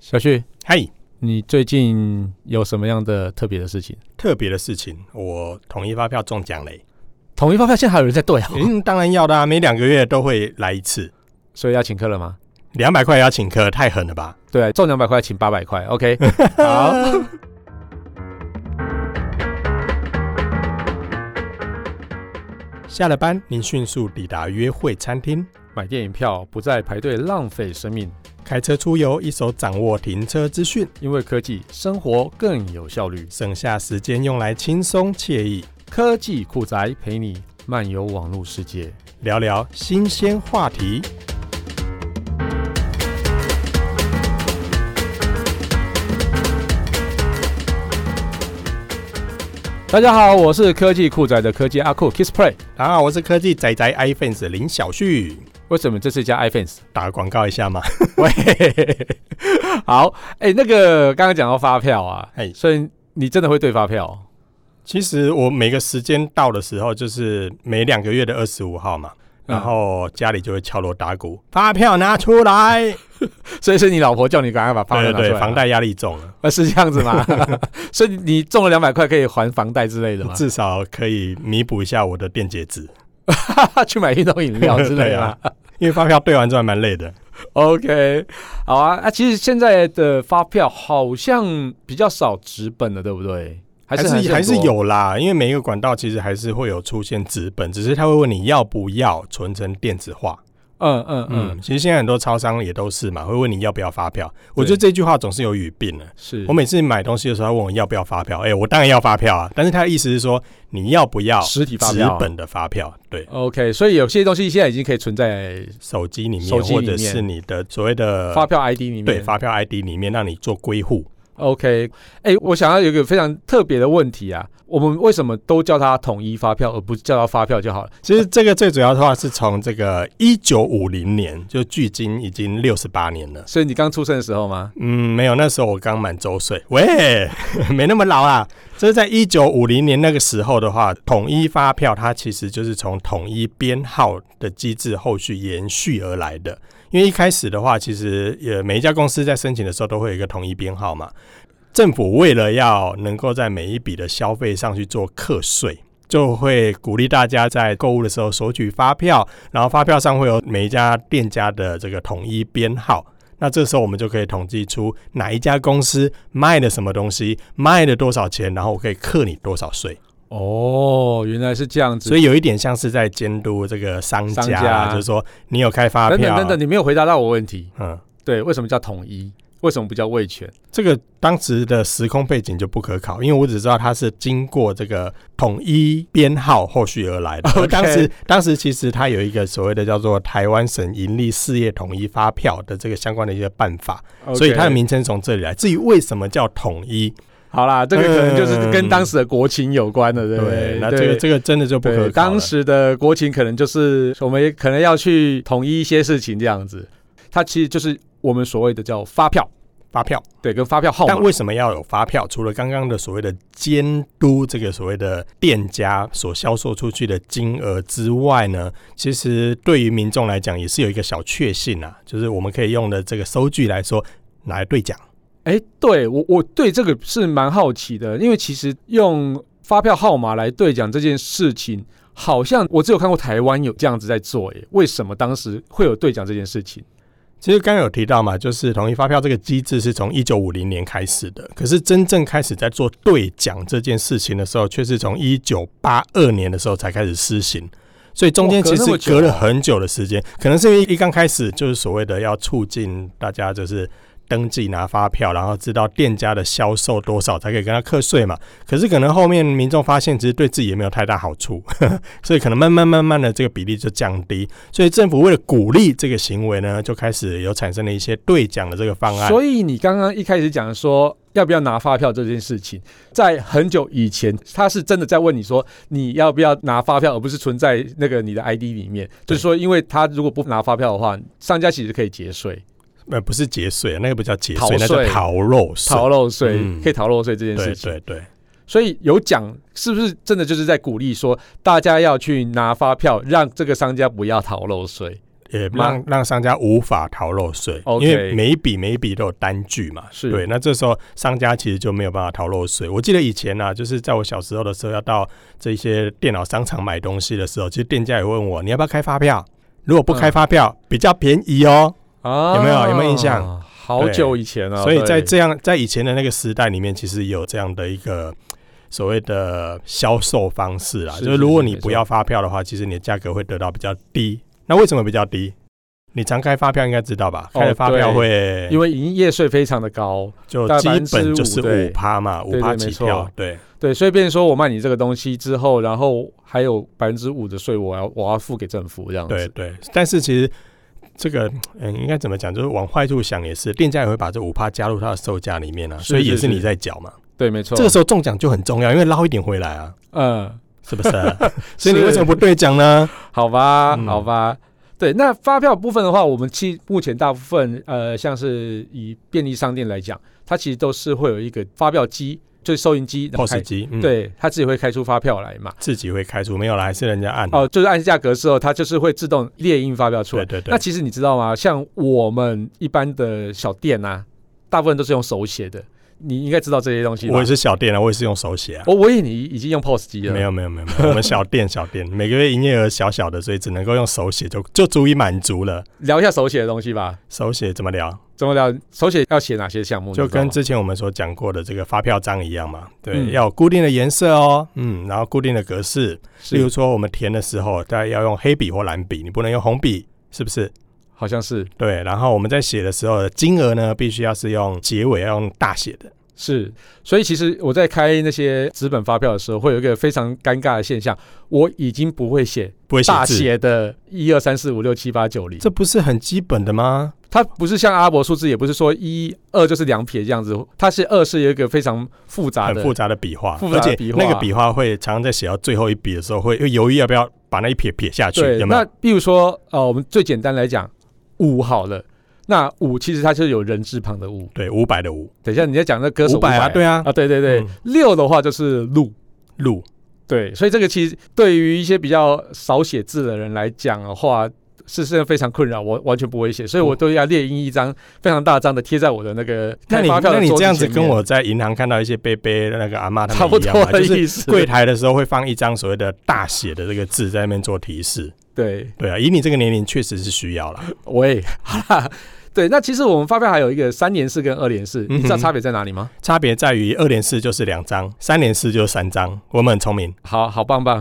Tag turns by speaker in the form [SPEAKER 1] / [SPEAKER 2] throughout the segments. [SPEAKER 1] 小旭，
[SPEAKER 2] 嗨，
[SPEAKER 1] 你最近有什么样的特别的事情？
[SPEAKER 2] 特别的事情，我统一发票中奖嘞！
[SPEAKER 1] 统一发票现在还有人在兑啊，
[SPEAKER 2] 嗯，当然要的、啊，每两个月都会来一次，
[SPEAKER 1] 所以要请客了吗？
[SPEAKER 2] 两百块也要请客，太狠了吧？
[SPEAKER 1] 对啊，中两百块请八百块，OK，好。
[SPEAKER 2] 下了班，您迅速抵达约会餐厅，
[SPEAKER 1] 买电影票不再排队浪费生命，
[SPEAKER 2] 开车出游，一手掌握停车资讯，
[SPEAKER 1] 因为科技生活更有效率。
[SPEAKER 2] 省下时间用来轻松惬意，
[SPEAKER 1] 科技酷宅陪你漫游网络世界。
[SPEAKER 2] 聊聊新鲜话题。
[SPEAKER 1] 大家好，我是科技酷宅的科技阿酷 Kiss Play。
[SPEAKER 2] 大家好，啊我是科技仔仔 iPhone 的林小旭，
[SPEAKER 1] 为什么这次加 iPhone？
[SPEAKER 2] 打个广告一下嘛。
[SPEAKER 1] 喂，好，哎、那个刚刚讲到发票啊，
[SPEAKER 2] 哎
[SPEAKER 1] 所以你真的会对发票？
[SPEAKER 2] 其实我每个时间到的时候，就是每两个月的二十五号嘛，然后家里就会敲锣打鼓，嗯发票拿出来。
[SPEAKER 1] 所以是你老婆叫你赶快把发票
[SPEAKER 2] 对对
[SPEAKER 1] 拿出来
[SPEAKER 2] 对，
[SPEAKER 1] 吗
[SPEAKER 2] 房贷压力重啊了，
[SPEAKER 1] 呃，是这样子 吗？所以你中了两百块可以还房贷之类的吗？
[SPEAKER 2] 至少可以弥补一下我的电解质。
[SPEAKER 1] 去买运动饮料之类
[SPEAKER 2] 对
[SPEAKER 1] 的吗
[SPEAKER 2] 啊。因为发票对完之后还蛮累的。
[SPEAKER 1] OK，好啊。啊，其实现在的发票好像比较少纸本了，对不对？还是
[SPEAKER 2] 还是还是
[SPEAKER 1] 很多
[SPEAKER 2] 有啦，因为每一个管道其实还是会有出现纸本，只是他会问你要不要存成电子化。
[SPEAKER 1] 嗯嗯
[SPEAKER 2] 嗯，
[SPEAKER 1] 嗯，
[SPEAKER 2] 其实现在很多超商也都是嘛，会问你要不要发票。我觉得这句话总是有语病的。啊
[SPEAKER 1] 是
[SPEAKER 2] 我每次买东西的时候，他问我要不要发票，哎、我当然要发票啊，但是他的意思是说你要不要
[SPEAKER 1] 实体发
[SPEAKER 2] 纸
[SPEAKER 1] 票啊
[SPEAKER 2] 本的发票？对，
[SPEAKER 1] OK，所以有些东西现在已经可以存在
[SPEAKER 2] 手机里面
[SPEAKER 1] 手机里
[SPEAKER 2] 或
[SPEAKER 1] 面
[SPEAKER 2] 者是你的所谓的
[SPEAKER 1] 发票 ID 里面。
[SPEAKER 2] 对发票 ID 里面，让你做归户。
[SPEAKER 1] OK，哎、我想要有一个非常特别的问题啊，我们为什么都叫它统一发票，而不叫它发票就好了？
[SPEAKER 2] 其实这个最主要的话是从这个一九五零年，就距今已经六十八年了。
[SPEAKER 1] 所以你刚出生的时候吗？
[SPEAKER 2] 嗯，没有，那时候我刚满周岁，喂， 没那么老啦。这是在一九五零年那个时候的话，统一发票它其实就是从统一编号的机制后续延续而来的。因为一开始的话，其实也每一家公司在申请的时候都会有一个统一编号嘛。政府为了要能够在每一笔的消费上去做课税，就会鼓励大家在购物的时候索取发票，然后发票上会有每一家店家的这个统一编号。那这时候我们就可以统计出哪一家公司卖了什么东西，卖了多少钱，然后我可以克你多少税。
[SPEAKER 1] 哦，原来是这样子。
[SPEAKER 2] 所以有一点像是在监督这个商家啊，
[SPEAKER 1] 商家
[SPEAKER 2] 就是说你有开发票，
[SPEAKER 1] 等等等等，你没有回答到我问题。
[SPEAKER 2] 嗯，
[SPEAKER 1] 对，为什么叫统一？为什么不叫味全？
[SPEAKER 2] 这个当时的时空背景就不可考，因为我只知道它是经过这个统一编号后续而来的。
[SPEAKER 1] OK
[SPEAKER 2] 而当时，当时其实它有一个所谓的叫做台湾省盈利事业统一发票的这个相关的一些办法哦所以它的
[SPEAKER 1] OK
[SPEAKER 2] 名称从这里来。至于为什么叫统一，
[SPEAKER 1] 好啦，这个可能就是跟
[SPEAKER 2] 嗯
[SPEAKER 1] 当时的国情有关的，对不对？
[SPEAKER 2] 呃那这个这个真的就不可考
[SPEAKER 1] 对
[SPEAKER 2] 了。
[SPEAKER 1] 当时的国情可能就是我们也可能要去统一一些事情这样子，它其实就是我们所谓的叫发票，
[SPEAKER 2] 发票，
[SPEAKER 1] 对，跟发票号码
[SPEAKER 2] 但。为什么要有发票？除了刚刚的所谓的监督这个所谓的店家所销售出去的金额之外呢，其实对于民众来讲也是有一个小确幸啊，就是我们可以用的这个收据来说拿来兑奖。
[SPEAKER 1] 哎，对我我对这个是蛮好奇的，因为其实用发票号码来兑奖这件事情，好像我只有看过台湾有这样子在做，耶，为什么当时会有兑奖这件事情？
[SPEAKER 2] 其实刚刚有提到嘛，就是统一发票这个机制是从一九五零年开始的，可是真正开始在做兑奖这件事情的时候，却是从一九八二年的时候才开始施行。所以中间
[SPEAKER 1] 哇隔
[SPEAKER 2] 其
[SPEAKER 1] 那
[SPEAKER 2] 实
[SPEAKER 1] 么久
[SPEAKER 2] 隔了
[SPEAKER 1] 哦
[SPEAKER 2] 很久的时间，可能是因为一刚开始就是所谓的要促进大家就是登记拿发票，然后知道店家的销售多少才可以跟他课税嘛。可是可能后面民众发现其实对自己也没有太大好处， 所以可能慢慢慢慢的这个比例就降低。所以政府为了鼓励这个行为呢，就开始有产生了一些兑奖的这个方案。
[SPEAKER 1] 所以你刚刚一开始讲说要不要拿发票这件事情，在很久以前，他是真的在问你说你要不要拿发票，而不是存在那个你的 ID 里面。就
[SPEAKER 2] 对
[SPEAKER 1] 是说，因为他如果不拿发票的话，商家其实可以节税、
[SPEAKER 2] 呃，不是节税，那个不叫节
[SPEAKER 1] 逃
[SPEAKER 2] 税，那叫
[SPEAKER 1] 税
[SPEAKER 2] 逃漏税。
[SPEAKER 1] 逃漏税，
[SPEAKER 2] 嗯
[SPEAKER 1] 可以逃漏税这件
[SPEAKER 2] 对
[SPEAKER 1] 事情。
[SPEAKER 2] 对对，
[SPEAKER 1] 所以有讲是不是真的就是在鼓励说大家要去拿发票，让这个商家不要逃漏税？
[SPEAKER 2] 也让让商家无法逃漏税
[SPEAKER 1] OK
[SPEAKER 2] 因为每一笔每一笔都有单据嘛，
[SPEAKER 1] 是
[SPEAKER 2] 对。那这时候商家其实就没有办法逃漏税。我记得以前啊，就是在我小时候的时候，要到这些电脑商场买东西的时候，其实店家也会问我你要不要开发票，如果不
[SPEAKER 1] 嗯
[SPEAKER 2] 开发票、比较便宜哦。
[SPEAKER 1] 啊
[SPEAKER 2] 有没有有没有印象？
[SPEAKER 1] 好久以前啊，
[SPEAKER 2] 所以在
[SPEAKER 1] 对
[SPEAKER 2] 这样在以前的那个时代里面，其实也有这样的一个。所谓的销售方式啊，
[SPEAKER 1] 是
[SPEAKER 2] 就是如果
[SPEAKER 1] 是是
[SPEAKER 2] 你
[SPEAKER 1] 没
[SPEAKER 2] 不
[SPEAKER 1] 错
[SPEAKER 2] 要发票的话，其实你的价格会得到比较低。那为什么比较低？你常开发票应该知道吧？
[SPEAKER 1] 哦
[SPEAKER 2] 开的发
[SPEAKER 1] 对
[SPEAKER 2] 票会
[SPEAKER 1] 因为营业税非常的高，
[SPEAKER 2] 就
[SPEAKER 1] 大
[SPEAKER 2] 基
[SPEAKER 1] 概
[SPEAKER 2] 本就是
[SPEAKER 1] 5%对
[SPEAKER 2] 五趴嘛，五
[SPEAKER 1] 对
[SPEAKER 2] 趴
[SPEAKER 1] 对
[SPEAKER 2] 起
[SPEAKER 1] 没错
[SPEAKER 2] 跳，对，
[SPEAKER 1] 对，所以变成说我卖你这个东西之后，然后还有百分之五的税，我要我要付给政府这样子。
[SPEAKER 2] 对对，但是其实这个嗯，应该怎么讲？就是往坏处想也是，店家也会把这五趴加入他的售价里面啊，
[SPEAKER 1] 是
[SPEAKER 2] 所以也
[SPEAKER 1] 是
[SPEAKER 2] 是你
[SPEAKER 1] 是
[SPEAKER 2] 在缴嘛。
[SPEAKER 1] 对啊没错。
[SPEAKER 2] 这个时候中奖就很重要，因为捞一点回来啊，
[SPEAKER 1] 嗯，
[SPEAKER 2] 是 不是？所以你为什么不对奖呢？
[SPEAKER 1] 好吧，
[SPEAKER 2] 嗯
[SPEAKER 1] 好吧。对，那发票部分的话，我们其目前大部分呃，像是以便利商店来讲，它其实都是会有一个发票机，就是收银机，然后
[SPEAKER 2] POS
[SPEAKER 1] 开
[SPEAKER 2] 机，嗯，
[SPEAKER 1] 对，它自己会开出发票来嘛。
[SPEAKER 2] 自己会开除，没有啦，还是人家按。
[SPEAKER 1] 哦、，就是按价格之后，它就是会自动列印发票出来
[SPEAKER 2] 对。对对
[SPEAKER 1] 那，其实你知道吗？像我们一般的小店啊，大部分都是用手写的，你应该知道这些东西吧。哦
[SPEAKER 2] 我也是小店啊，我也是用手写啊。
[SPEAKER 1] 我我以为你已经用 POS 机了，
[SPEAKER 2] 没有没有没有，没有 我们小店小店，每个月营业额小小的，所以只能够用手写就就足以满足了。
[SPEAKER 1] 聊一下手写的东西吧。
[SPEAKER 2] 手写怎么聊？
[SPEAKER 1] 怎么聊？手写要写哪些项目？
[SPEAKER 2] 就
[SPEAKER 1] 你知道
[SPEAKER 2] 跟
[SPEAKER 1] 吗
[SPEAKER 2] 之前我们所讲过的这个发票章一样嘛，对，
[SPEAKER 1] 嗯
[SPEAKER 2] 要有固定的颜色哦，嗯，然后固定的格式，
[SPEAKER 1] 是
[SPEAKER 2] 例如说我们填的时候，大家要用黑笔或蓝笔，你不能用红笔，是不是？
[SPEAKER 1] 好像是
[SPEAKER 2] 对，然后我们在写的时候，金额呢必须要是用结尾要用大写的，
[SPEAKER 1] 是，所以其实我在开那些纸本发票的时候，会有一个非常尴尬的现象，我已经不会写
[SPEAKER 2] 不会写
[SPEAKER 1] 大
[SPEAKER 2] 字，
[SPEAKER 1] 写的一二三四五六七八九零，
[SPEAKER 2] 这不是很基本的吗？
[SPEAKER 1] 它不是像阿拉伯数字，也不是说一二就是两撇这样子，它是二是有一个非常复杂
[SPEAKER 2] 很
[SPEAKER 1] 的
[SPEAKER 2] 复杂的笔画，
[SPEAKER 1] 复杂的
[SPEAKER 2] 而且
[SPEAKER 1] 笔画
[SPEAKER 2] 那个笔画会常常在写到最后一笔的时候，会会犹豫要不要把那一撇撇下去，
[SPEAKER 1] 对，
[SPEAKER 2] 有没
[SPEAKER 1] 那
[SPEAKER 2] 有？
[SPEAKER 1] 比如说呃，我们最简单来讲五好了，那五其实它就是有人字旁的五。
[SPEAKER 2] 对，五百的五，
[SPEAKER 1] 等一下你在讲那歌手
[SPEAKER 2] 500啊
[SPEAKER 1] 500
[SPEAKER 2] 对啊
[SPEAKER 1] 啊对对对
[SPEAKER 2] 嗯，
[SPEAKER 1] 六、的话就是路。
[SPEAKER 2] 路
[SPEAKER 1] 对，所以这个其实对于一些比较少写字的人来讲的话，是真的非常困扰。我完全不会写，所以我都要列印一张非常大张的贴在我的那个
[SPEAKER 2] 那
[SPEAKER 1] 开
[SPEAKER 2] 你
[SPEAKER 1] 发票
[SPEAKER 2] 那
[SPEAKER 1] 的
[SPEAKER 2] 你
[SPEAKER 1] 桌子
[SPEAKER 2] 这样子
[SPEAKER 1] 前
[SPEAKER 2] 跟
[SPEAKER 1] 面
[SPEAKER 2] 我在银行看到一些贝贝那个阿妈他
[SPEAKER 1] 差不
[SPEAKER 2] 们一样
[SPEAKER 1] 多
[SPEAKER 2] 嘛，
[SPEAKER 1] 的
[SPEAKER 2] 啊就是
[SPEAKER 1] 意思。
[SPEAKER 2] 柜台的时候会放一张所谓的大写的这个字在那边做提示。
[SPEAKER 1] 对，
[SPEAKER 2] 对啊，以你这个年龄确实是需要啦。
[SPEAKER 1] 喂，好啦。对，那其实我们发票还有一个三连式跟二连式，你知道
[SPEAKER 2] 嗯哼
[SPEAKER 1] 差别在哪里吗？
[SPEAKER 2] 差别在于二连四就是两张，三连四就是三张。我们很聪 明，
[SPEAKER 1] 好好棒棒，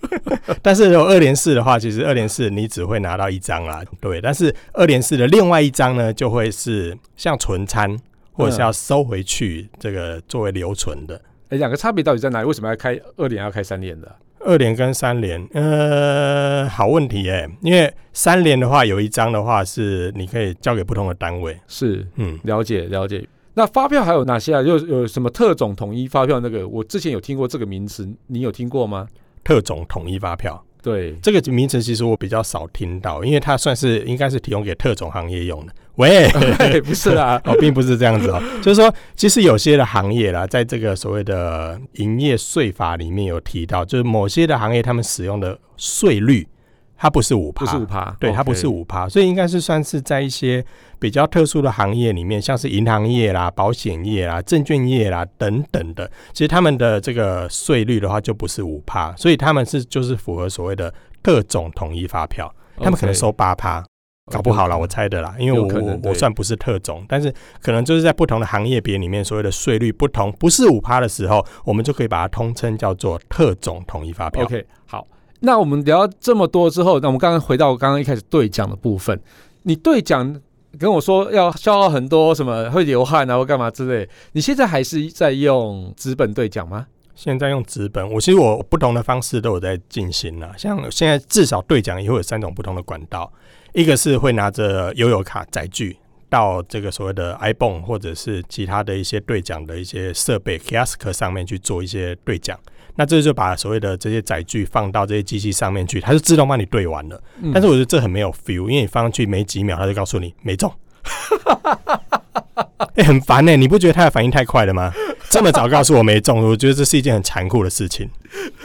[SPEAKER 2] 但是如果二连四的话，其实二连四你只会拿到一张啦。对，但是二连四的另外一张呢，就会是像存餐。或者是要收回去，这个作为留存的
[SPEAKER 1] 哎，两个差别到底在哪里？为什么要开二连要开三连的？
[SPEAKER 2] 二连跟三连，呃，好问题耶、因为三连的话，有一张的话是你可以交给不同的单位，
[SPEAKER 1] 是
[SPEAKER 2] 嗯，
[SPEAKER 1] 了解了解。那发票还有哪些啊？就有什么特种统一发票那个？我之前有听过这个名词，你有听过吗？
[SPEAKER 2] 特种统一发票。
[SPEAKER 1] 对，
[SPEAKER 2] 这个名词其实我比较少听到，因为它算是应该是提供给特种行业用的。喂，
[SPEAKER 1] 嘿不是啦，
[SPEAKER 2] 哦，并不是这样子哦，就是说，其实有些的行业啦，在这个所谓的营业税法里面有提到，就是某些的行业他们使用的税率，它不是五趴，
[SPEAKER 1] 不是五趴，
[SPEAKER 2] 对，它
[SPEAKER 1] OK
[SPEAKER 2] 不是，五趴，所以应该是算是在一些比较特殊的行业里面，像是银行业啦、保险业啦、证券业啦等等的，其实他们的这个税率的话就不是五趴，所以他们是就是符合所谓的特种统一发票，他们可能
[SPEAKER 1] OK，
[SPEAKER 2] 收八趴。搞不好啦，我猜的啦，因为我
[SPEAKER 1] 有可能
[SPEAKER 2] 我
[SPEAKER 1] 对
[SPEAKER 2] 我算不是特种，但是可能就是在不同的行业别里面，所谓的税率不同，不是五趴的时候，我们就可以把它通称叫做特种统一发票。
[SPEAKER 1] OK，好。那我们聊这么多之后，那我们刚刚回到刚刚一开始对讲的部分，你对讲跟我说要消耗很多什么会流汗啊或干嘛之类，你现在还是在用纸本对讲吗？
[SPEAKER 2] 现在用纸本，我其实我不同的方式都有在进行了。像现在至少兑奖也会有三种不同的管道，一个是会拿着悠游卡载具到这个所谓的 iPhone 或者是其他的一些兑奖的一些设备 kiosk 上面去做一些兑奖。那这就把所谓的这些载具放到这些机器上面去，它就自动帮你兑完了。
[SPEAKER 1] 嗯
[SPEAKER 2] 但是我觉得这很没有 feel，因为你放上去没几秒，它就告诉你没中。 哎、很烦呢、你不觉得他的反应太快了吗？这么早告诉我没中，我觉得这是一件很残酷的事情。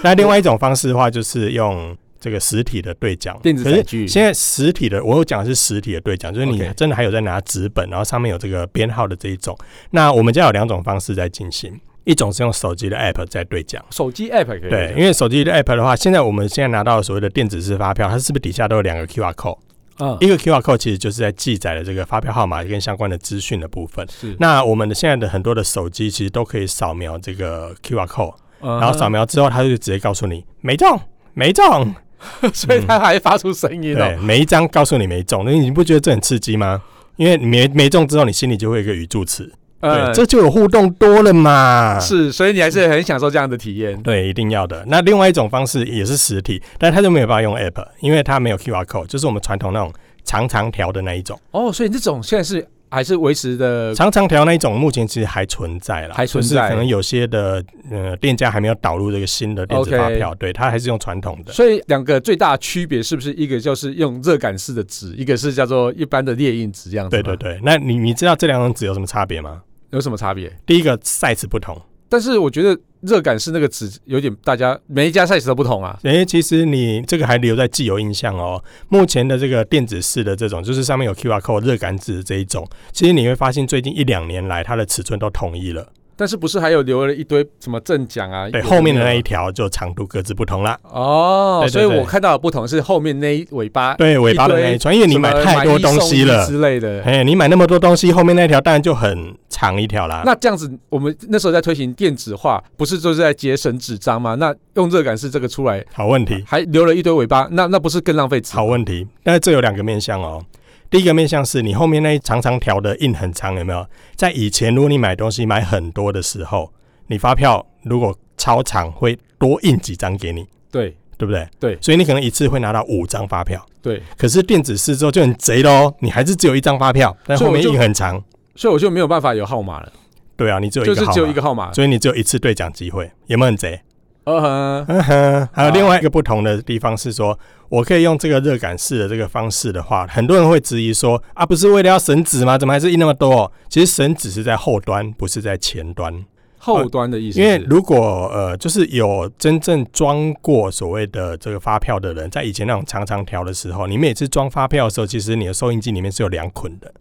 [SPEAKER 2] 那另外一种方式的话，就是用这个实体的兑奖，
[SPEAKER 1] 电子
[SPEAKER 2] 可是
[SPEAKER 1] 载具
[SPEAKER 2] 现在实体的，我有讲的是实体的兑奖，就是你
[SPEAKER 1] OK
[SPEAKER 2] 真的还有在拿纸本，然后上面有这个编号的这一种。那我们家有两种方式在进行，一种是用手机的 app 在兑奖。
[SPEAKER 1] 手机 app 也可以
[SPEAKER 2] 对，因为手机的 app 的话，现在我们现在拿到的所谓的电子式发票，它是不是底下都有两个 QR code？
[SPEAKER 1] 啊，
[SPEAKER 2] 一个 QR code 其实就是在记载了这个发票号码跟相关的资讯的部分。
[SPEAKER 1] 是，
[SPEAKER 2] 那我们的现在的很多的手机其实都可以扫描这个 QR code，
[SPEAKER 1] 然
[SPEAKER 2] 然后扫描之后，它就直接告诉你没中，没中。
[SPEAKER 1] 所以它还发出声音
[SPEAKER 2] 对，
[SPEAKER 1] 哦。
[SPEAKER 2] 每一张告诉你没中，那你不觉得这很刺激吗？因为你没没中之后，你心里就会有一个语助词，对，这就有互动多了嘛。
[SPEAKER 1] 嗯是，所以你还是很享受这样的体验。
[SPEAKER 2] 对，一定要的。那另外一种方式也是实体，但它就没有办法用 App，因为它没有 QR code，就是我们传统那种长长条的那一种。
[SPEAKER 1] 哦，所以这种现在是还是维持的
[SPEAKER 2] 长长条那一种，目前其实还存在啦，
[SPEAKER 1] 呃还存在
[SPEAKER 2] 就是可能有些的呃店家还没有导入这个新的电子
[SPEAKER 1] OK
[SPEAKER 2] 发票对，它还是用传统的。
[SPEAKER 1] 所以两个最大区别是不是一个就是用热感式的纸，一个是叫做一般的列印纸这样子？
[SPEAKER 2] 对对，对，那你你知道这两种纸有什么差别吗？
[SPEAKER 1] 有什么差别？
[SPEAKER 2] 第一个 size 不同，
[SPEAKER 1] 但是我觉得热感式那个纸有点大家每一家 size 都不同啊。
[SPEAKER 2] 诶、其实你这个还留在既有印象哦。目前的这个电子式的这种，就是上面有 QR code 热感纸的这一种，其实你会发现最近一两年来，它的尺寸都统一了。
[SPEAKER 1] 但是不是还有留了一堆什么正奖啊？有没
[SPEAKER 2] 对，
[SPEAKER 1] 有
[SPEAKER 2] 后面的那一条就长度各自不同啦。
[SPEAKER 1] 哦，
[SPEAKER 2] 对对
[SPEAKER 1] 所以
[SPEAKER 2] 对
[SPEAKER 1] 我看到的不同是后面那一尾巴，
[SPEAKER 2] 对，尾巴的那一串，因为你买
[SPEAKER 1] 什么
[SPEAKER 2] 太多东西
[SPEAKER 1] 买一送
[SPEAKER 2] 了
[SPEAKER 1] 一。之类的。
[SPEAKER 2] 哎，你买那么多东西，后面那条当然就很长一条啦。
[SPEAKER 1] 那这样子，我们那时候在推行电子化，不是就是在节省纸张吗？那用热感式这个出来，
[SPEAKER 2] 好问题，
[SPEAKER 1] 还留了一堆尾巴，那那不是更浪费纸？
[SPEAKER 2] 好问题。但是这有两个面向哦。第一个面向是你后面那一长长条的印很长，有没有？在以前，如果你买东西买很多的时候，你发票如果超长，会多印几张给你，
[SPEAKER 1] 对
[SPEAKER 2] 对不对？
[SPEAKER 1] 对
[SPEAKER 2] 所以你可能一次会拿到五张发票。
[SPEAKER 1] 对，
[SPEAKER 2] 可是电子式之后就很贼喽，你还是只有一张发票，但后
[SPEAKER 1] 所
[SPEAKER 2] 面
[SPEAKER 1] 以我就
[SPEAKER 2] 印很长。
[SPEAKER 1] 所以我就没有办法有号码了，
[SPEAKER 2] 对啊，你只有一
[SPEAKER 1] 就
[SPEAKER 2] 个
[SPEAKER 1] 是
[SPEAKER 2] 号码
[SPEAKER 1] 只有一个号码。
[SPEAKER 2] 所以你只有一次兑奖机会，有没有很贼？
[SPEAKER 1] 呃呵，
[SPEAKER 2] 嗯哼，还有
[SPEAKER 1] 啊
[SPEAKER 2] 另外一个不同的地方是说，我可以用这个热感式的这个方式的话，很多人会质疑说啊，不是为了要省纸吗？怎么还是印那么多？其实省纸是在后端，不是在前端。
[SPEAKER 1] 后端的意思是，
[SPEAKER 2] 因为如果呃，就是有真正装过所谓的这个发票的人，在以前那种长长条的时候，你每次装发票的时候，其实你的收银机里面是有两捆的，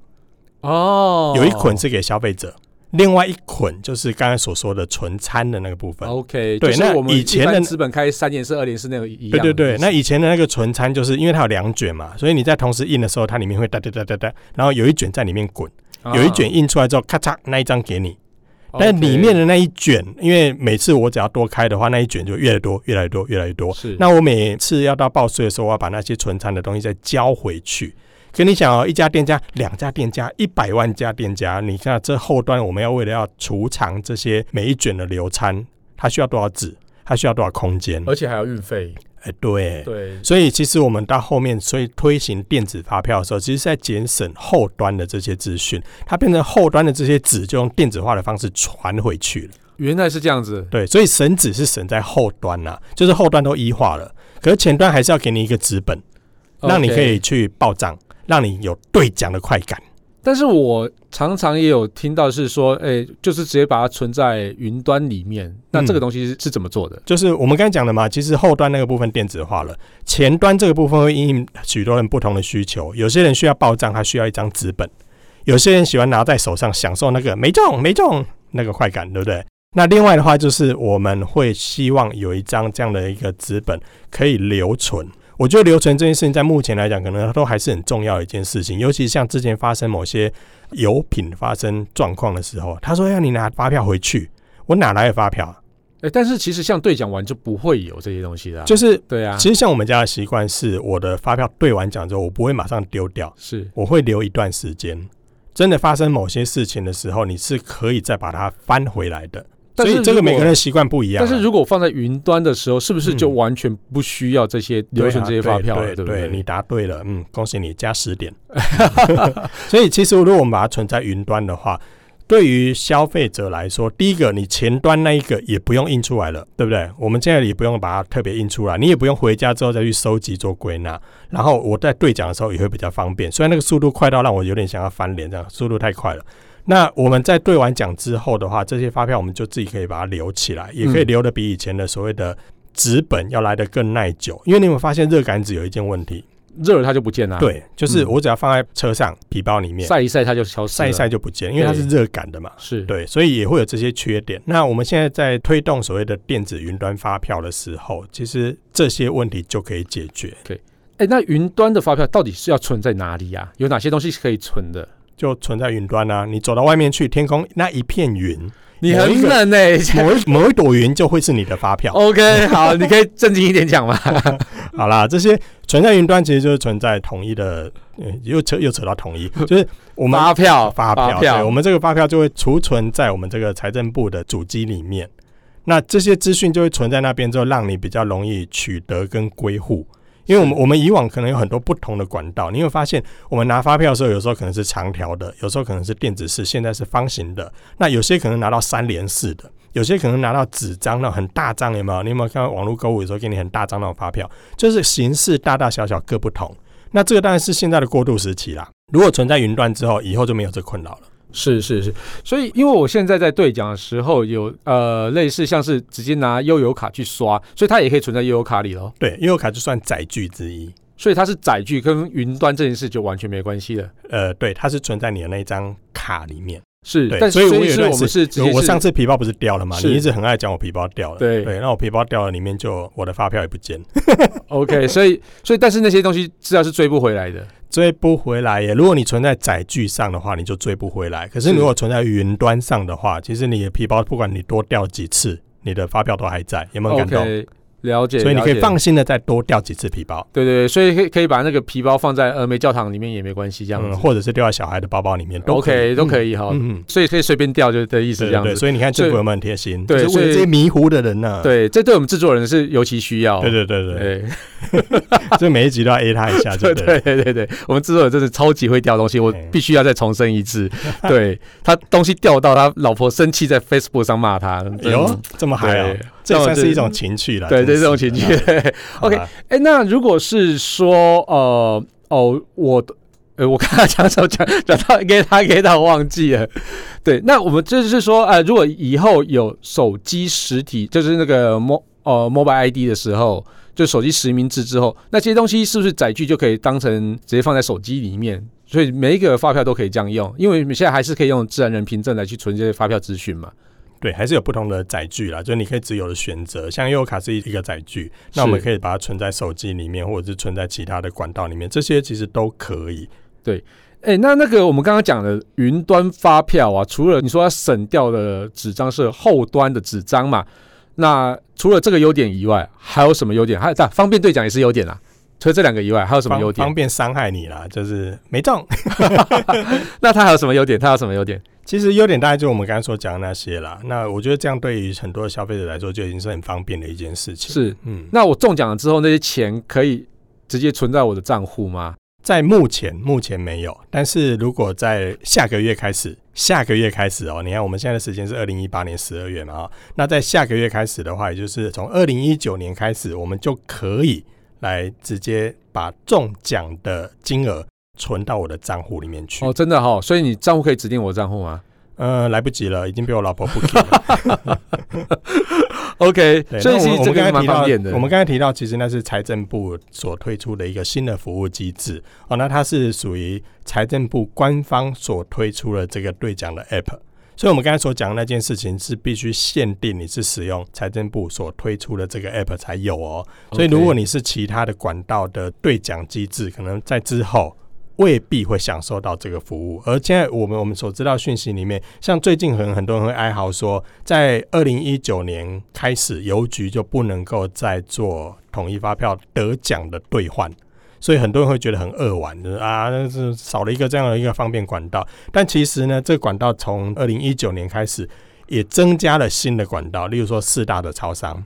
[SPEAKER 1] 哦，
[SPEAKER 2] 有一捆是给消费者，另外一捆就是刚才所说的纯餐的那个部分。
[SPEAKER 1] OK，
[SPEAKER 2] 对
[SPEAKER 1] 就是
[SPEAKER 2] 那
[SPEAKER 1] 我们
[SPEAKER 2] 以前的
[SPEAKER 1] 一般资本开三年是二年是那个一样
[SPEAKER 2] 对
[SPEAKER 1] 的
[SPEAKER 2] 对
[SPEAKER 1] 意思。
[SPEAKER 2] 对，那以前的那个纯餐就是因为它有两卷嘛，所以你在同时印的时候，它里面会哒哒哒哒哒，然后有一卷在里面滚，
[SPEAKER 1] 啊哦
[SPEAKER 2] 有一卷印出来之后，咔嚓那一张给你。
[SPEAKER 1] OK
[SPEAKER 2] 但里面的那一卷，因为每次我只要多开的话，那一卷就越来越多，越来越多，越来越多。
[SPEAKER 1] 是
[SPEAKER 2] 那我每次要到报税的时候，我要把那些纯餐的东西再交回去。可你想哦，一家店家、两家店家、一百万家店家，你看这后端我们要为了要储藏这些每一卷的流餐，它需要多少纸，它需要多少空间？
[SPEAKER 1] 而且还有运费，
[SPEAKER 2] 哎，对，
[SPEAKER 1] 对，
[SPEAKER 2] 所以其实我们到后面，所以推行电子发票的时候，其实是在节省后端的这些资讯，它变成后端的这些纸就用电子化的方式传回去了。
[SPEAKER 1] 原来是这样子。
[SPEAKER 2] 对，所以省纸是省在后端啦、就是后端都一化了，可是前端还是要给你一个纸本，让你可
[SPEAKER 1] OK
[SPEAKER 2] 以去报账，让你有兑奖的快感。
[SPEAKER 1] 但是我常常也有听到是说，哎、就是直接把它存在云端里面。
[SPEAKER 2] 嗯
[SPEAKER 1] 那这个东西是是怎么做的？
[SPEAKER 2] 就是我们刚才讲的嘛，其实后端那个部分电子化了，前端这个部分会因应许多人不同的需求。有些人需要报账，他需要一张纸本；有些人喜欢拿在手上，享受那个没中没中那个快感，对不对？那另外的话，就是我们会希望有一张这样的一个纸本可以留存。我觉得留存这件事情，在目前来讲，可能都还是很重要的一件事情。尤其像之前发生某些油品发生状况的时候，他说哎要你拿发票回去，我哪来的发票啊？
[SPEAKER 1] 哎、但是其实像兑奖完就不会有这些东西的、啊，
[SPEAKER 2] 就是
[SPEAKER 1] 对啊，
[SPEAKER 2] 其实像我们家的习惯是，我的发票兑完奖之后，我不会马上丢掉，
[SPEAKER 1] 是
[SPEAKER 2] 我会留一段时间。真的发生某些事情的时候，你是可以再把它翻回来的。
[SPEAKER 1] 但
[SPEAKER 2] 所
[SPEAKER 1] 是
[SPEAKER 2] 以这个
[SPEAKER 1] 如果
[SPEAKER 2] 每个人的习惯不一样啊、
[SPEAKER 1] 但是如果放在云端的时候，是不是就
[SPEAKER 2] 嗯
[SPEAKER 1] 完全不需要这些留存这些发票了？
[SPEAKER 2] 对啊
[SPEAKER 1] 对
[SPEAKER 2] 对
[SPEAKER 1] 不
[SPEAKER 2] 对你答对了，嗯，恭喜你加十点。 所以其实如果我们把它存在云端的话，对于消费者来说，第一个你前端那一个也不用印出来了，对不对？我们现在也不用把它特别印出来，你也不用回家之后再去收集做归纳。然后我在兑奖的时候也会比较方便，虽然那个速度快到让我有点想要翻脸，这样速度太快了。那我们在兑完奖之后的话，这些发票我们就自己可以把它留起来，也可以
[SPEAKER 1] 嗯
[SPEAKER 2] 留的比以前的所谓的纸本要来的更耐久。因为你有没有发现热杆纸有一件问题？
[SPEAKER 1] 热了它就不见了，，
[SPEAKER 2] 对，就是
[SPEAKER 1] 嗯
[SPEAKER 2] 我只要放在车上、皮包里面
[SPEAKER 1] 晒一晒它就消失
[SPEAKER 2] 晒
[SPEAKER 1] 了，
[SPEAKER 2] 一晒就不见，因为它是热感的嘛。
[SPEAKER 1] 是，
[SPEAKER 2] 对，所以也会有这些缺点。那我们现在在推动所谓的电子云端发票的时候，其实这些问题就可以解决。
[SPEAKER 1] 哎、那云端的发票到底是要存在哪里呀、有哪些东西是可以存的？
[SPEAKER 2] 就存在云端啊，你走到外面去，天空那一片 云，
[SPEAKER 1] 你
[SPEAKER 2] 某
[SPEAKER 1] 很
[SPEAKER 2] 一个
[SPEAKER 1] 冷哎、
[SPEAKER 2] 某一某一朵云就会是你的发票。
[SPEAKER 1] OK，好，你可以正经一点讲 嘛。
[SPEAKER 2] 好啦，这些存在云端其实就是存在统一的，嗯又扯又扯到统 一，就是我们
[SPEAKER 1] 发票，
[SPEAKER 2] 发票，对，我们这个发票就会储存在我们这个财政部的主机里面。那这些资讯就会存在那边，之后让你比较容易取得跟归户。因为我们我们以往可能有很多不同的管道，你会发现，我们拿发票的时候，有时候可能是长条的，有时候可能是电子式，现在是方形的。那有些可能拿到三连式的，有些可能拿到纸张那种很大张，有没有？你有没有看到网络购物有时候给你很大张那种发票？就是形式大大小小各不同。那这个当然是现在的过渡时期啦。如果存在云端之后，以后就没有这困扰了。
[SPEAKER 1] 是是是，所以因为我现在在兑奖的时候有呃类似像是直接拿悠游卡去刷，所以它也可以存在悠游卡里咯。
[SPEAKER 2] 对，悠游卡就算载具之一。
[SPEAKER 1] 所以它是载具跟云端这件事就完全没关系了。
[SPEAKER 2] 呃，对，它是存在你的那一张卡里面。
[SPEAKER 1] 是，
[SPEAKER 2] 对
[SPEAKER 1] 但
[SPEAKER 2] 所以我有一
[SPEAKER 1] 是
[SPEAKER 2] 段
[SPEAKER 1] 我们
[SPEAKER 2] 时
[SPEAKER 1] 是直
[SPEAKER 2] 有
[SPEAKER 1] 接
[SPEAKER 2] 我
[SPEAKER 1] 是
[SPEAKER 2] 上次皮包不是掉了吗？
[SPEAKER 1] 是
[SPEAKER 2] 你一直很爱讲我皮包掉了。
[SPEAKER 1] 对
[SPEAKER 2] 对，那我皮包掉了，里面就我的发票也不见，
[SPEAKER 1] OK，所以所以但是那些东西资料是追不回来 的。
[SPEAKER 2] 追不回来耶。如果你存在载具上的话，你就追不回来。可是
[SPEAKER 1] 是
[SPEAKER 2] 如果存在云端上的话，其实你的皮包不管你多掉几次，你的发票都还在，有没有感动？
[SPEAKER 1] OK，了解。
[SPEAKER 2] 所以你可
[SPEAKER 1] 了
[SPEAKER 2] 以
[SPEAKER 1] 解
[SPEAKER 2] 放心的再多掉几次皮包，
[SPEAKER 1] 对对对，所以可以可以把那个皮包放在峨眉教堂里面也没关系，这样
[SPEAKER 2] 嗯，
[SPEAKER 1] 子。
[SPEAKER 2] 或者是掉在小孩的包包里面都可以
[SPEAKER 1] OK 都可
[SPEAKER 2] 以。
[SPEAKER 1] 以哈，
[SPEAKER 2] 嗯嗯，
[SPEAKER 1] 所以可以随便掉就的意思
[SPEAKER 2] 对
[SPEAKER 1] 这
[SPEAKER 2] 对
[SPEAKER 1] 样
[SPEAKER 2] 对，
[SPEAKER 1] 子。
[SPEAKER 2] 所以你看政府
[SPEAKER 1] 所以
[SPEAKER 2] 有没有很贴心？
[SPEAKER 1] 对
[SPEAKER 2] 就是为
[SPEAKER 1] 所
[SPEAKER 2] 了
[SPEAKER 1] 以
[SPEAKER 2] 这些迷糊的人呢。
[SPEAKER 1] 对，这对我们制作人是尤其需要。
[SPEAKER 2] 对对对对，
[SPEAKER 1] 对
[SPEAKER 2] 这每一集都要 A 他一 下，
[SPEAKER 1] 对
[SPEAKER 2] 就对了
[SPEAKER 1] 对对对对，我们制作人真的超级会掉东西，我
[SPEAKER 2] 哎
[SPEAKER 1] 必须要再重申一 次，对他东西掉到他老婆生气，在 Facebook 上骂他，真的
[SPEAKER 2] 哟，这么嗨哦
[SPEAKER 1] 对，
[SPEAKER 2] 这也算是一
[SPEAKER 1] 那
[SPEAKER 2] 种
[SPEAKER 1] 我
[SPEAKER 2] 情趣了。
[SPEAKER 1] 对
[SPEAKER 2] 啊真
[SPEAKER 1] 对
[SPEAKER 2] 是
[SPEAKER 1] 这种情绪。
[SPEAKER 2] 的
[SPEAKER 1] OK，
[SPEAKER 2] 好吧
[SPEAKER 1] 哎、那如果是说，呃，哦，我的，呃，我刚才讲什么讲讲到给他给他忘记了， 对，那我们这就是说，呃，如果以后有手机实体，就是那个 mo 呃 mobile ID 的时候，就手机实名制之后，那些东西是不是载具就可以当成直接放在手机里面？所以每一个发票都可以这样用，因为现在还是可以用自然人凭证来去存这些发票资讯嘛。
[SPEAKER 2] 对，还是有不同的载具啦，就是你可以自由的选择，像悠游卡是一个载具，那我们
[SPEAKER 1] 是
[SPEAKER 2] 可以把它存在手机里面，或者是存在其他的管道里面，这些其实都可以。
[SPEAKER 1] 哎、那那个我们刚刚讲的云端发票啊，除了你说要省掉的纸张是后端的纸张嘛，那除了这个优点以外，还有什么优点？还有但方便兑奖也是优点啊。除了这两个以外，还有什么
[SPEAKER 2] 方
[SPEAKER 1] 优
[SPEAKER 2] 方
[SPEAKER 1] 点？
[SPEAKER 2] 便伤害你啦，就是没中。
[SPEAKER 1] 那它还有什么优点？它有什么优点？
[SPEAKER 2] 其实优点大概就我们刚才所讲的那些啦。那我觉得这样对于很多消费者来说，就已经是很方便的一件事情。，
[SPEAKER 1] 是，
[SPEAKER 2] 嗯，
[SPEAKER 1] 那我中奖了之后，那些钱可以直接存在我的账户吗？
[SPEAKER 2] 在目前目前没有，但是如果在下个月开始，下个月开始哦，你看我们现在的时间是二零一八年十二月嘛、哦，那在下个月开始的话，也就是从二零一九年开始，我们就可以来直接把中奖的金额存到我的账户里面去。
[SPEAKER 1] 哦，真的哈、哦，所以你账户可以指定我账户吗
[SPEAKER 2] 呃，来不及了，已经被我老婆 不给了。
[SPEAKER 1] ？OK，
[SPEAKER 2] 对
[SPEAKER 1] 所以
[SPEAKER 2] 那
[SPEAKER 1] 其
[SPEAKER 2] 我
[SPEAKER 1] 实这
[SPEAKER 2] 们我们
[SPEAKER 1] 个是
[SPEAKER 2] 刚才
[SPEAKER 1] 蛮
[SPEAKER 2] 提
[SPEAKER 1] 方便
[SPEAKER 2] 到，
[SPEAKER 1] 的。
[SPEAKER 2] 我们刚才提到，其实那是财政部所推出的一个新的服务机制哦，那它是属于财政部官方所推出的这个兑奖的 app。所以，我们刚才所讲的那件事情是必须限定你是使用财政部所推出的这个 app 才有哦。所以，如果
[SPEAKER 1] 你
[SPEAKER 2] 你是其他的管道的兑奖机制，可能在之后未必会享受到这个服务。而现在我们我们所知道讯息里面，像最近很很多人会哀嚎说，在二零一九年开始，邮局就不能够再做统一发票得奖的兑换。所以很多人会觉得很扼腕，就是啊，那是少了一个这样的一个方便管道。但其实呢，这个管道从二零一九年开始也增加了新的管道，例如说四大的超商。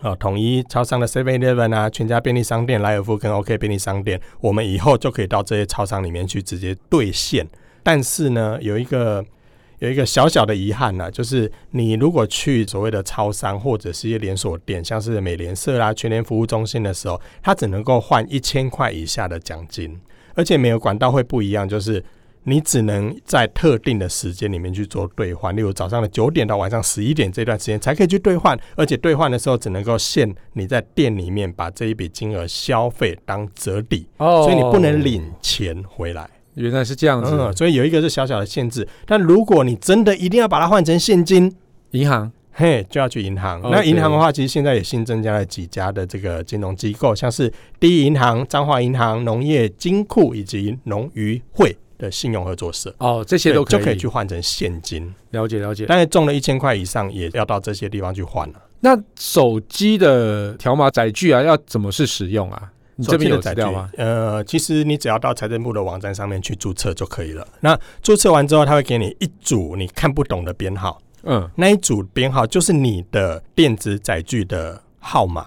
[SPEAKER 2] 哦，统一超商的 Seven Eleven 啊，全家便利商店、莱尔富跟 OK 便利商店，我们以后就可以到这些超商里面去直接兑现。但是呢，有一个有一个小小的遗憾呢、就是你如果去所谓的超商或者是一些连锁店，像是美联社啦、啊全联服务中心的时候，它只能够换一千块以下的奖金，而且每个管道会不一样，就是。你只能在特定的时间里面去做兑换，例如早上的九点到晚上十一点这段时间才可以去兑换，而且兑换的时候只能够限你在店里面把这一笔金额消费当折抵，
[SPEAKER 1] 哦
[SPEAKER 2] 所以你不能。领钱回来。
[SPEAKER 1] 原来是这样子，
[SPEAKER 2] 嗯，所以有一个是小小的限制，但如果你真的一定要把它换成现金，
[SPEAKER 1] 银行
[SPEAKER 2] 嘿，就要去银行。
[SPEAKER 1] OK
[SPEAKER 2] 那银行的话，其实现在也新增加了几家的这个金融机构，像是第一银行、彰化银行、农业金库以及农渔会的信用合作社，
[SPEAKER 1] 哦，这些都
[SPEAKER 2] 对就可
[SPEAKER 1] 可
[SPEAKER 2] 以去换成现金。
[SPEAKER 1] 了解了解。
[SPEAKER 2] 但是中了一千块以上，也要到这些地方去换了、
[SPEAKER 1] 那手机的条码载具啊，要怎么是使用啊？你这边有
[SPEAKER 2] 手
[SPEAKER 1] 资
[SPEAKER 2] 机的
[SPEAKER 1] 料
[SPEAKER 2] 载具
[SPEAKER 1] 吗？？
[SPEAKER 2] 呃，其实你只要到财政部的网站上面去注册就可以了。那注册完之后，他会给你一组你看不懂的编号。
[SPEAKER 1] 嗯，
[SPEAKER 2] 那一组编号就是你的电子载具的号码，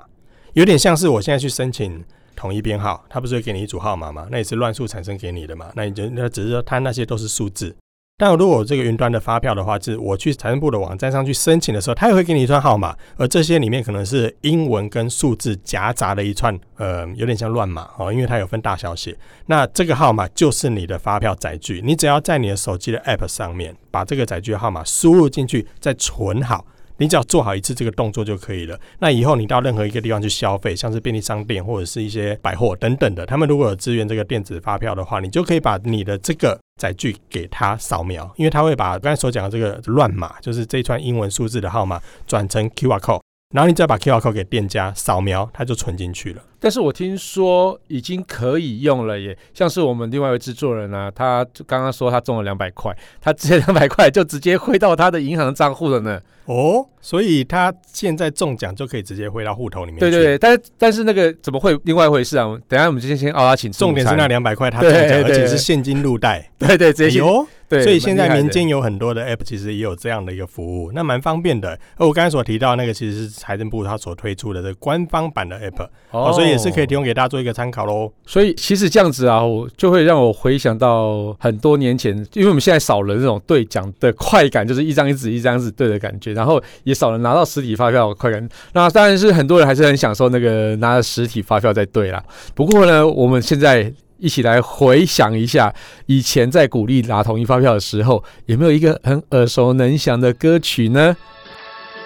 [SPEAKER 2] 有点像是我现在去申请统一编号，它不是会给你一组号码吗？那也是乱数产生给你的嘛，那你就那只是说它那些都是数字。但如果我这个云端的发票的话，是我去财政部的网站上去申请的时候，它也会给你一串号码，而这些里面可能是英文跟数字夹杂的一串，呃，有点像乱码哦，因为它有分大小写。那这个号码就是你的发票载具，你只要在你的手机的 App 上面把这个载具号码输入进去，再存好。你只要做好一次这个动作就可以了。那以后你到任何一个地方去消费，像是便利商店或者是一些百货等等的，他们如果有支援这个电子发票的话，你就可以把你的这个载具给他扫描，因为他会把刚才所讲的这个乱码，就是这一串英文数字的号码转成 QR code，然后你再把 QR code 给店家扫描，它就存进去了。
[SPEAKER 1] 但是我听说已经可以用了耶，像是我们另外一位制作人啊，他刚刚说他中了两百块， 他这两百块就直接汇到他的银行账户了呢。
[SPEAKER 2] 哦，所以他现在中奖就可以直接汇到户头里面去。
[SPEAKER 1] 对对对，但是但是那个怎么会另外一回事啊？等一下我们今天先奥拉请吃
[SPEAKER 2] 重点
[SPEAKER 1] 午
[SPEAKER 2] 是
[SPEAKER 1] 餐
[SPEAKER 2] 那两百块他中奖，
[SPEAKER 1] 对对
[SPEAKER 2] 而且
[SPEAKER 1] 对
[SPEAKER 2] 是现金入袋。
[SPEAKER 1] 对 对直接先、
[SPEAKER 2] 有，
[SPEAKER 1] 对，
[SPEAKER 2] 所以现在
[SPEAKER 1] 蛮厉害的
[SPEAKER 2] 民间有很多的 app 其实也有这样的一个服务，那蛮方便的。而我刚才所提到那个其实是财政部它所推出的这个官方版的 app，、哦、所以也是可以提供给大家做一个参考喽。
[SPEAKER 1] 所以其实这样子啊，我就会让我回想到很多年前，因为我们现在少了那种兑奖的快感，就是一张一纸一张一纸对的感觉，然后也少了拿到实体发票的快感。那当然是很多人还是很享受那个拿着实体发票在对啦。不过呢，我们现在。一起来回想一下，以前在鼓励拿统一发票的时候，有没有一个很耳熟能详的歌曲呢？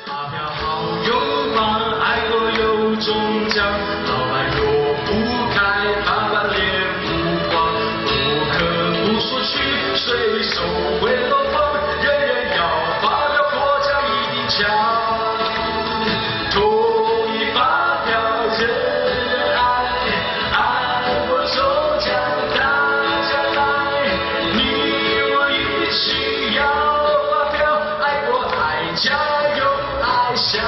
[SPEAKER 3] 发票好用吗？爱国有中奖，老板若不开，怕把脸不光。不可不说去，随手会漏风，人人要发表获奖一奖。统一发票，人人爱，爱国中奖，大家来，你我一起要发票，爱国爱加油，爱香。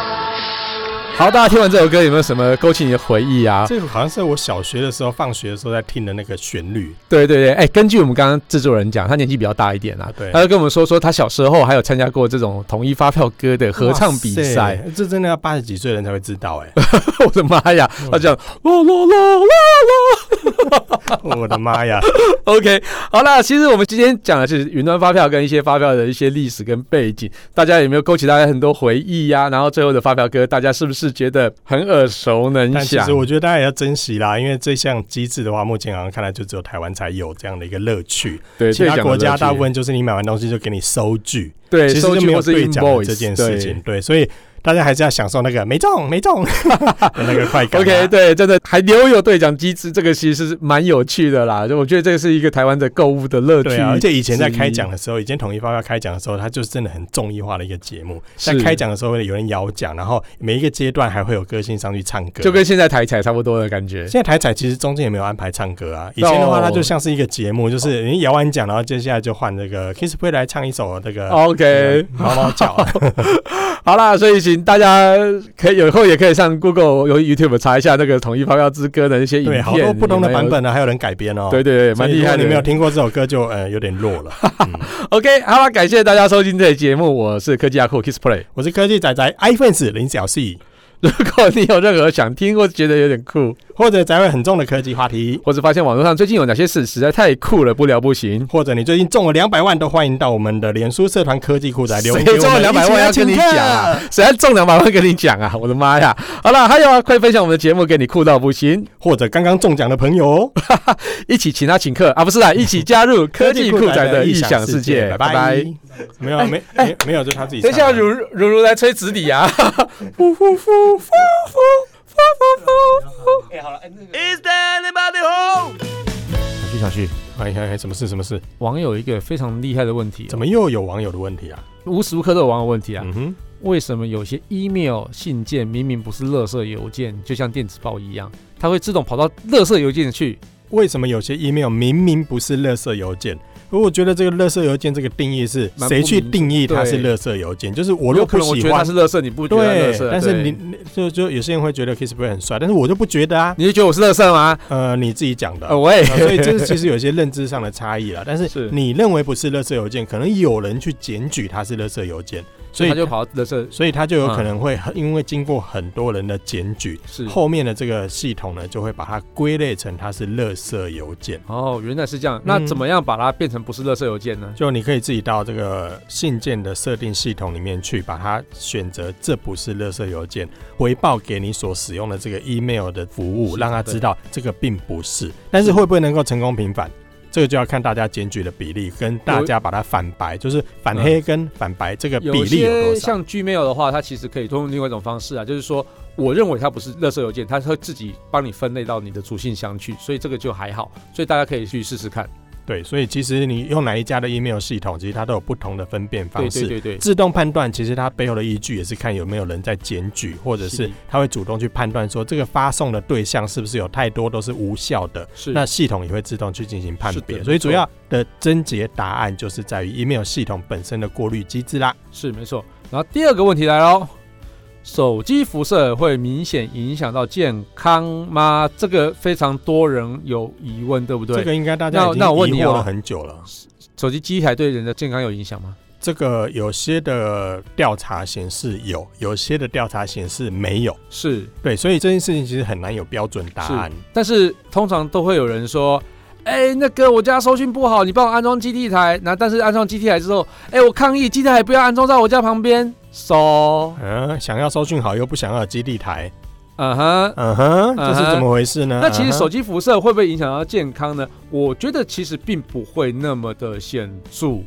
[SPEAKER 1] 好，大家听完这首歌有没有什么勾起你的回忆啊？
[SPEAKER 2] 这个好像是我小学的时候放学的时候在听的那个旋律。
[SPEAKER 1] 对对对，哎、根据我们刚刚制作人讲，他年纪比较大一点啊，
[SPEAKER 2] 对
[SPEAKER 1] 他就跟我们说说他小时候还有参加过这种统一发票歌的合唱比
[SPEAKER 2] 哇
[SPEAKER 1] 赛，
[SPEAKER 2] 塞，这真的要八十几岁的人才会知道哎、
[SPEAKER 1] 我的妈呀，他哦这样啦啦啦啦
[SPEAKER 2] 我的妈呀！
[SPEAKER 1] 啦，OK，好啦，其实我们今天讲的是云端发票跟一些发票的一些历史跟背景，大家有没有勾起大家很多回忆呀、然后最后的发票歌，大家是不是觉得很耳熟能
[SPEAKER 2] 但其
[SPEAKER 1] 详
[SPEAKER 2] 实？我觉得大家也要珍惜啦，因为这项机制的话，目前好像看来就只有台湾才有这样的一个乐趣，
[SPEAKER 1] 对，
[SPEAKER 2] 其
[SPEAKER 1] 最
[SPEAKER 2] 他
[SPEAKER 1] 想
[SPEAKER 2] 国
[SPEAKER 1] 的
[SPEAKER 2] 家
[SPEAKER 1] 乐趣
[SPEAKER 2] 大部分就是你买完东西就给你收据，
[SPEAKER 1] 对，
[SPEAKER 2] 其实
[SPEAKER 1] 收
[SPEAKER 2] 就
[SPEAKER 1] 据
[SPEAKER 2] 没有
[SPEAKER 1] 或是
[SPEAKER 2] 对讲的
[SPEAKER 1] invoice
[SPEAKER 2] 这件事情
[SPEAKER 1] 对，
[SPEAKER 2] 对，所以大家还是要享受那个没中 没中的那个快感啊。
[SPEAKER 1] OK，对，真的还留有兑奖机制，这个其实是蛮有趣的啦。就我觉得这个是一个台湾的购物的乐趣之
[SPEAKER 2] 对
[SPEAKER 1] 一。
[SPEAKER 2] 啊，而且以前在开奖的时候，以前统一发票开奖的时候，它就是真的很综艺化的一个节目。在
[SPEAKER 1] 是
[SPEAKER 2] 开奖的时候会有人摇奖，然后每一个阶段还会有歌星上去唱歌，
[SPEAKER 1] 就跟现在台彩差不多的感觉。
[SPEAKER 2] 现在台彩其实中间也没有安排唱歌啊，以前的话
[SPEAKER 1] 哦
[SPEAKER 2] 它就像是一个节目，就是你摇完奖，然后接下来就换这个 Kiss Play 来唱一首这个。这
[SPEAKER 1] OK，
[SPEAKER 2] 个猫猫啊叫啊，
[SPEAKER 1] 好啦，所以请大家可以有空也可以上 Google 有 YouTube 查一下那个统一发票之歌的一些影
[SPEAKER 2] 对，
[SPEAKER 1] 片，
[SPEAKER 2] 好多不同的
[SPEAKER 1] 也蛮有。
[SPEAKER 2] 版本呢，还有人改编哦。
[SPEAKER 1] 对对对，
[SPEAKER 2] 所
[SPEAKER 1] 蛮
[SPEAKER 2] 以
[SPEAKER 1] 厉害
[SPEAKER 2] 如果
[SPEAKER 1] 的。
[SPEAKER 2] 你没有听过这首歌就，呃有点弱了。
[SPEAKER 1] OK，好啦，感谢大家收听这期节目，我是科技阿酷 Kiss Play。
[SPEAKER 2] 我是科技仔仔 iPhone 四林小四，
[SPEAKER 1] 如果你有任何想听或觉得有点酷，
[SPEAKER 2] 或者宅会很重的科技话题，
[SPEAKER 1] 或是发现网络上最近有哪些事实在太酷了，不聊不行。
[SPEAKER 2] 或者你最近中了两百万，都欢迎到我们的脸书社团科技库 宅留言给
[SPEAKER 1] 谁
[SPEAKER 2] 我
[SPEAKER 1] 中了
[SPEAKER 2] 们。
[SPEAKER 1] 两百万要跟你讲啊？谁还中两百万跟你讲啊？我的妈呀！好了，还有啊，快分享我们的节目给你酷到不行，
[SPEAKER 2] 或者刚刚中奖的朋友哦，
[SPEAKER 1] 一起请他请客啊，不是啊，一起加入科技酷宅的异想世界。哎
[SPEAKER 2] 拜拜。。没有，啊没没没有，就他自己
[SPEAKER 1] 等
[SPEAKER 2] 唱
[SPEAKER 1] 一
[SPEAKER 2] 的。
[SPEAKER 1] 下，如如如来吹纸笛啊！呼呼呼呼呼呼呼呼呼！
[SPEAKER 2] 小旭，小旭，哎哎哎，什么事？什么事？
[SPEAKER 1] 网友一个非常厉害的问题，
[SPEAKER 2] 怎么又有网友的问题啊？
[SPEAKER 1] 无时无刻都有网友问题啊？
[SPEAKER 2] 嗯哼，
[SPEAKER 1] 为什么有些 email 信件明明不是垃圾邮件，就像电子报一样，它会自动跑到垃圾邮件去？
[SPEAKER 2] 为什么有些 email 明明不是垃圾邮件？而我觉得这个垃圾邮件这个定义是
[SPEAKER 1] 蛮不
[SPEAKER 2] 谁去
[SPEAKER 1] 明
[SPEAKER 2] 定义它是
[SPEAKER 1] 对
[SPEAKER 2] 垃圾邮件？就是我
[SPEAKER 1] 有
[SPEAKER 2] 若
[SPEAKER 1] 可
[SPEAKER 2] 不
[SPEAKER 1] 能我
[SPEAKER 2] 喜
[SPEAKER 1] 觉得它
[SPEAKER 2] 欢
[SPEAKER 1] 是，垃圾，你不觉得它
[SPEAKER 2] 对
[SPEAKER 1] 是垃圾？，
[SPEAKER 2] 但是
[SPEAKER 1] 对
[SPEAKER 2] 你你就就有些人会觉得 Kiss Boy 很帅，但是我就不觉得啊。
[SPEAKER 1] 你就觉得我是垃圾吗？
[SPEAKER 2] 呃，你自己讲的啊，
[SPEAKER 1] 呃，我也
[SPEAKER 2] 啊 所以这是其实有一些认知上的差异了。但
[SPEAKER 1] 是
[SPEAKER 2] 是你认为不是垃圾邮件，可能有人去检举它是垃圾邮件，所以
[SPEAKER 1] 他就跑到垃圾
[SPEAKER 2] 所以它就有可能会很因为经过很多人的检举，
[SPEAKER 1] 嗯是。
[SPEAKER 2] 后面的这个系统呢就会把它归类成它是垃圾邮件。
[SPEAKER 1] 哦，原来是这样。那
[SPEAKER 2] 嗯
[SPEAKER 1] 怎么样把它变成不是垃圾邮件呢？
[SPEAKER 2] 就你可以自己到这个信件的设定系统里面去，把它选择这不是垃圾邮件，回报给你所使用的这个 email 的服务，
[SPEAKER 1] 是
[SPEAKER 2] 让他
[SPEAKER 1] 对
[SPEAKER 2] 知道这个并不是。但是会不会能够成功平反，这个就要看大家检举的比例跟大家把它反白，就是反
[SPEAKER 1] 嗯
[SPEAKER 2] 黑跟反白这个比
[SPEAKER 1] 有
[SPEAKER 2] 例有
[SPEAKER 1] 些
[SPEAKER 2] 多少？
[SPEAKER 1] 像 Gmail 的话，它其实可以通用另外一种方式啊，就是说，我认为它不是垃圾邮件，它会自己帮你分类到你的主信箱去，所以这个就还好，所以大家可以去试试看。
[SPEAKER 2] 对，所以其实你用哪一家的 email 系统，其实它都有不同的分辨方
[SPEAKER 1] 对
[SPEAKER 2] 式。
[SPEAKER 1] 对对对，
[SPEAKER 2] 自动判断，其实它背后的依据也是看有没有人在检举，或者
[SPEAKER 1] 是
[SPEAKER 2] 是它会主动去判断说这个发送的对象是不是有太多都是无效的。
[SPEAKER 1] 是
[SPEAKER 2] 那系统也会自动去进行判
[SPEAKER 1] 是的
[SPEAKER 2] 别，
[SPEAKER 1] 没
[SPEAKER 2] 所以主
[SPEAKER 1] 错
[SPEAKER 2] 要的症结答案就是在于 email 系统本身的过滤机制啦。
[SPEAKER 1] 是没错。然后第二个问题来喽，手机辐射会明显影响到健康吗？这个非常多人有疑问，对不对？
[SPEAKER 2] 这个应该大家
[SPEAKER 1] 那
[SPEAKER 2] 已经
[SPEAKER 1] 那我问你
[SPEAKER 2] 疑惑
[SPEAKER 1] 哦
[SPEAKER 2] 了很久了。
[SPEAKER 1] 手机机台对人的健康有影响吗？
[SPEAKER 2] 这个有些的调查显示有，有些的调查显示没有。
[SPEAKER 1] 是
[SPEAKER 2] 对，所以这件事情其实很难有标准答案
[SPEAKER 1] 是。，但是通常都会有人说。哎、那个我家收讯不好，你帮我安装基地台。那但是安装基地台之后，哎、我抗议基地台不要安装在我家旁边。So，啊
[SPEAKER 2] 嗯，想要收讯好又不想要有基地台，
[SPEAKER 1] 嗯哼，
[SPEAKER 2] 嗯哼，这
[SPEAKER 1] 嗯
[SPEAKER 2] 是
[SPEAKER 1] 哼
[SPEAKER 2] 怎么回事呢？
[SPEAKER 1] 那其实手
[SPEAKER 2] 嗯
[SPEAKER 1] 机辐射会不会影响到健康呢？我觉得其实并不会那么的显著。
[SPEAKER 2] 哼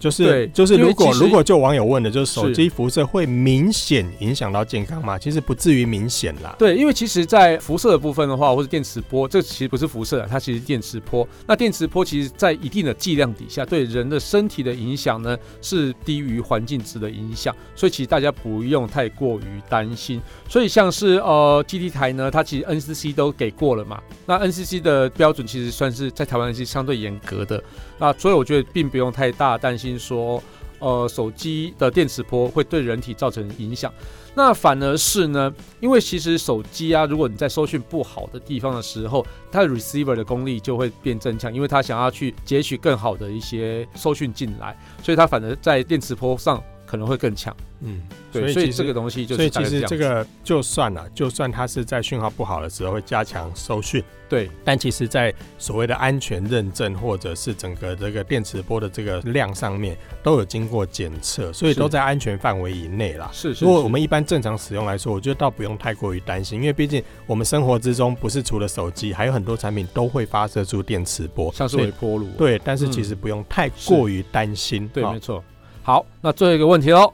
[SPEAKER 2] 就
[SPEAKER 1] 对
[SPEAKER 2] 是就是，
[SPEAKER 1] 因为
[SPEAKER 2] 如果
[SPEAKER 1] 其实
[SPEAKER 2] 如果就网友问的，就是手
[SPEAKER 1] 是
[SPEAKER 2] 机辐射会明显影响到健康吗？其实不至于明显啦。
[SPEAKER 1] 对，因为其实，在辐射的部分的话，或是电磁波，这其实不是辐射啊，它其实是电磁波。那电磁波其实在一定的剂量底下，对人的身体的影响呢，是低于环境值的影响，所以其实大家不用太过于担心。所以像是呃基地台呢，它其实 NCC 都给过了嘛，那 NCC 的标准其实算是在台湾是相对严格的，那所以我觉得并不用太大担心说。呃，手机的电磁波会对人体造成影响，那反而是呢，因为其实手机啊，如果你在搜讯不好的地方的时候，它的 receiver 的功力就会变增强，因为它想要去截取更好的一些搜讯进来，所以它反而在电磁波上可能会更强。
[SPEAKER 2] 嗯，
[SPEAKER 1] 对，所
[SPEAKER 2] 所
[SPEAKER 1] 以
[SPEAKER 2] 以
[SPEAKER 1] 这
[SPEAKER 2] 这
[SPEAKER 1] 个
[SPEAKER 2] 个，
[SPEAKER 1] 东西就
[SPEAKER 2] 所
[SPEAKER 1] 是
[SPEAKER 2] 以
[SPEAKER 1] 大
[SPEAKER 2] 其
[SPEAKER 1] 概是
[SPEAKER 2] 实
[SPEAKER 1] 这
[SPEAKER 2] 这
[SPEAKER 1] 样子。
[SPEAKER 2] 个就算了，就算它是在讯号不好的时候会加强收讯，
[SPEAKER 1] 对，
[SPEAKER 2] 但其实，在所谓的安全认证或者是整个这个电磁波的这个量上面，都有经过检测，所以
[SPEAKER 1] 是
[SPEAKER 2] 都在安全范围以内啦。
[SPEAKER 1] 是是。
[SPEAKER 2] 如果
[SPEAKER 1] 是
[SPEAKER 2] 我们一般正常使用来说，我觉得倒不用太过于担心，因为毕竟我们生活之中不是除了手机，还有很多产品都会发射出电磁波，
[SPEAKER 1] 像是
[SPEAKER 2] 所以
[SPEAKER 1] 微波炉，
[SPEAKER 2] 对，但是
[SPEAKER 1] 嗯
[SPEAKER 2] 其实不用太
[SPEAKER 1] 是
[SPEAKER 2] 过于担心。
[SPEAKER 1] 嗯对，
[SPEAKER 2] 好
[SPEAKER 1] 没错。好，那最后一个问题喽，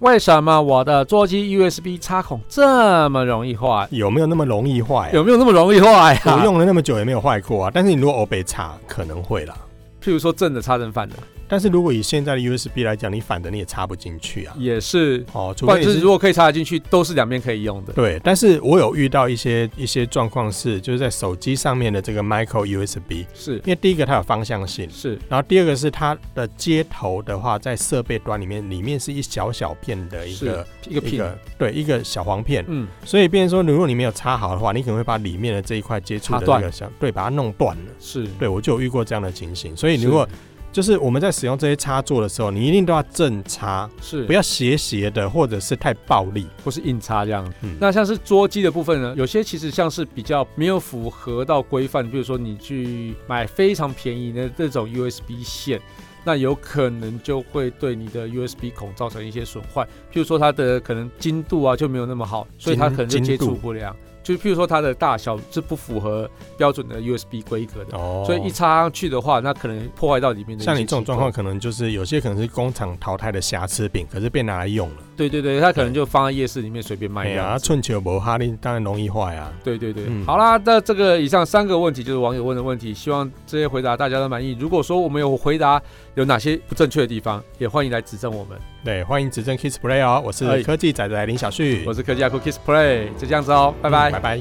[SPEAKER 1] 为什么我的座机 USB 插孔这么容易坏？
[SPEAKER 2] 有没有那么容易坏啊、
[SPEAKER 1] 有没有那么容易坏啊呀、
[SPEAKER 2] 我用了那么久也没有坏过啊，但是你如果欧北插可能会啦。
[SPEAKER 1] 譬如说正的插成反的，
[SPEAKER 2] 但是如果以现在的 USB 来讲，你反的你也插不进去啊。
[SPEAKER 1] 也是。
[SPEAKER 2] 哦，
[SPEAKER 1] 嗯
[SPEAKER 2] 除
[SPEAKER 1] 不然
[SPEAKER 2] 非
[SPEAKER 1] 就
[SPEAKER 2] 你
[SPEAKER 1] 是
[SPEAKER 2] 是
[SPEAKER 1] 如果可以插得进去，都是两边可以用的。
[SPEAKER 2] 对，但是我有遇到一些一些状况是，就是在手机上面的这个 micro USB，
[SPEAKER 1] 是
[SPEAKER 2] 因为第一个它有方向性，
[SPEAKER 1] 是
[SPEAKER 2] 然后第二个是它的接头的话，在设备端里面，里面是一小小片的一个
[SPEAKER 1] 一个
[SPEAKER 2] 一
[SPEAKER 1] 品，
[SPEAKER 2] 个对一个小黄片，
[SPEAKER 1] 嗯，
[SPEAKER 2] 所以变成说，如果你没有插好的话，你可能会把里面的这一块接触的
[SPEAKER 1] 插
[SPEAKER 2] 这
[SPEAKER 1] 断
[SPEAKER 2] 个小对把它弄断了。
[SPEAKER 1] 是
[SPEAKER 2] 对我就有遇过这样的情形，所以
[SPEAKER 1] 是
[SPEAKER 2] 如果就是我们在使用这些插座的时候，你一定都要正插，
[SPEAKER 1] 是
[SPEAKER 2] 不要斜斜的，或者是太暴力。
[SPEAKER 1] 不是硬插这样。
[SPEAKER 2] 嗯
[SPEAKER 1] 那像是桌机的部分呢，有些其实像是比较没有符合到规范，比如说你去买非常便宜的这种 USB 线。那有可能就会对你的 USB 孔造成一些损坏，譬如说它的可能精度啊就没有那么好，所以它可能就
[SPEAKER 2] 精
[SPEAKER 1] 接触
[SPEAKER 2] 精度
[SPEAKER 1] 不良。就譬如说它的大小是不符合标准的 USB 规格的，
[SPEAKER 2] 哦
[SPEAKER 1] 所以一插上去的话，那可能破坏到里面的一些
[SPEAKER 2] 像你这种
[SPEAKER 1] 结构
[SPEAKER 2] 状况，可能就是有些可能是工厂淘汰的瑕疵品，可是被拿来用了。
[SPEAKER 1] 对对对，它可能就放在夜市里面随便卖
[SPEAKER 2] 哎
[SPEAKER 1] 这
[SPEAKER 2] 呀，
[SPEAKER 1] 样
[SPEAKER 2] 啊
[SPEAKER 1] 子。
[SPEAKER 2] 寸球不哈你当然容易坏啊。
[SPEAKER 1] 对对对，
[SPEAKER 2] 嗯
[SPEAKER 1] 好啦，那这个以上三个问题就是网友问的问题，希望这些回答大家都满意。如果说我们有回答有哪些不正确的地方，也欢迎来指正我们。
[SPEAKER 2] 对，欢迎指正 Kiss Play 哦，我是
[SPEAKER 1] 哎
[SPEAKER 2] 科技仔仔林小旭，
[SPEAKER 1] 我是科技阿酷 Kiss Play，就这样子哦，拜拜。
[SPEAKER 2] 嗯拜拜。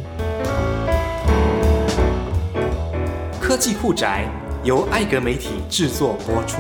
[SPEAKER 4] 科技酷宅由艾格媒体制作播出。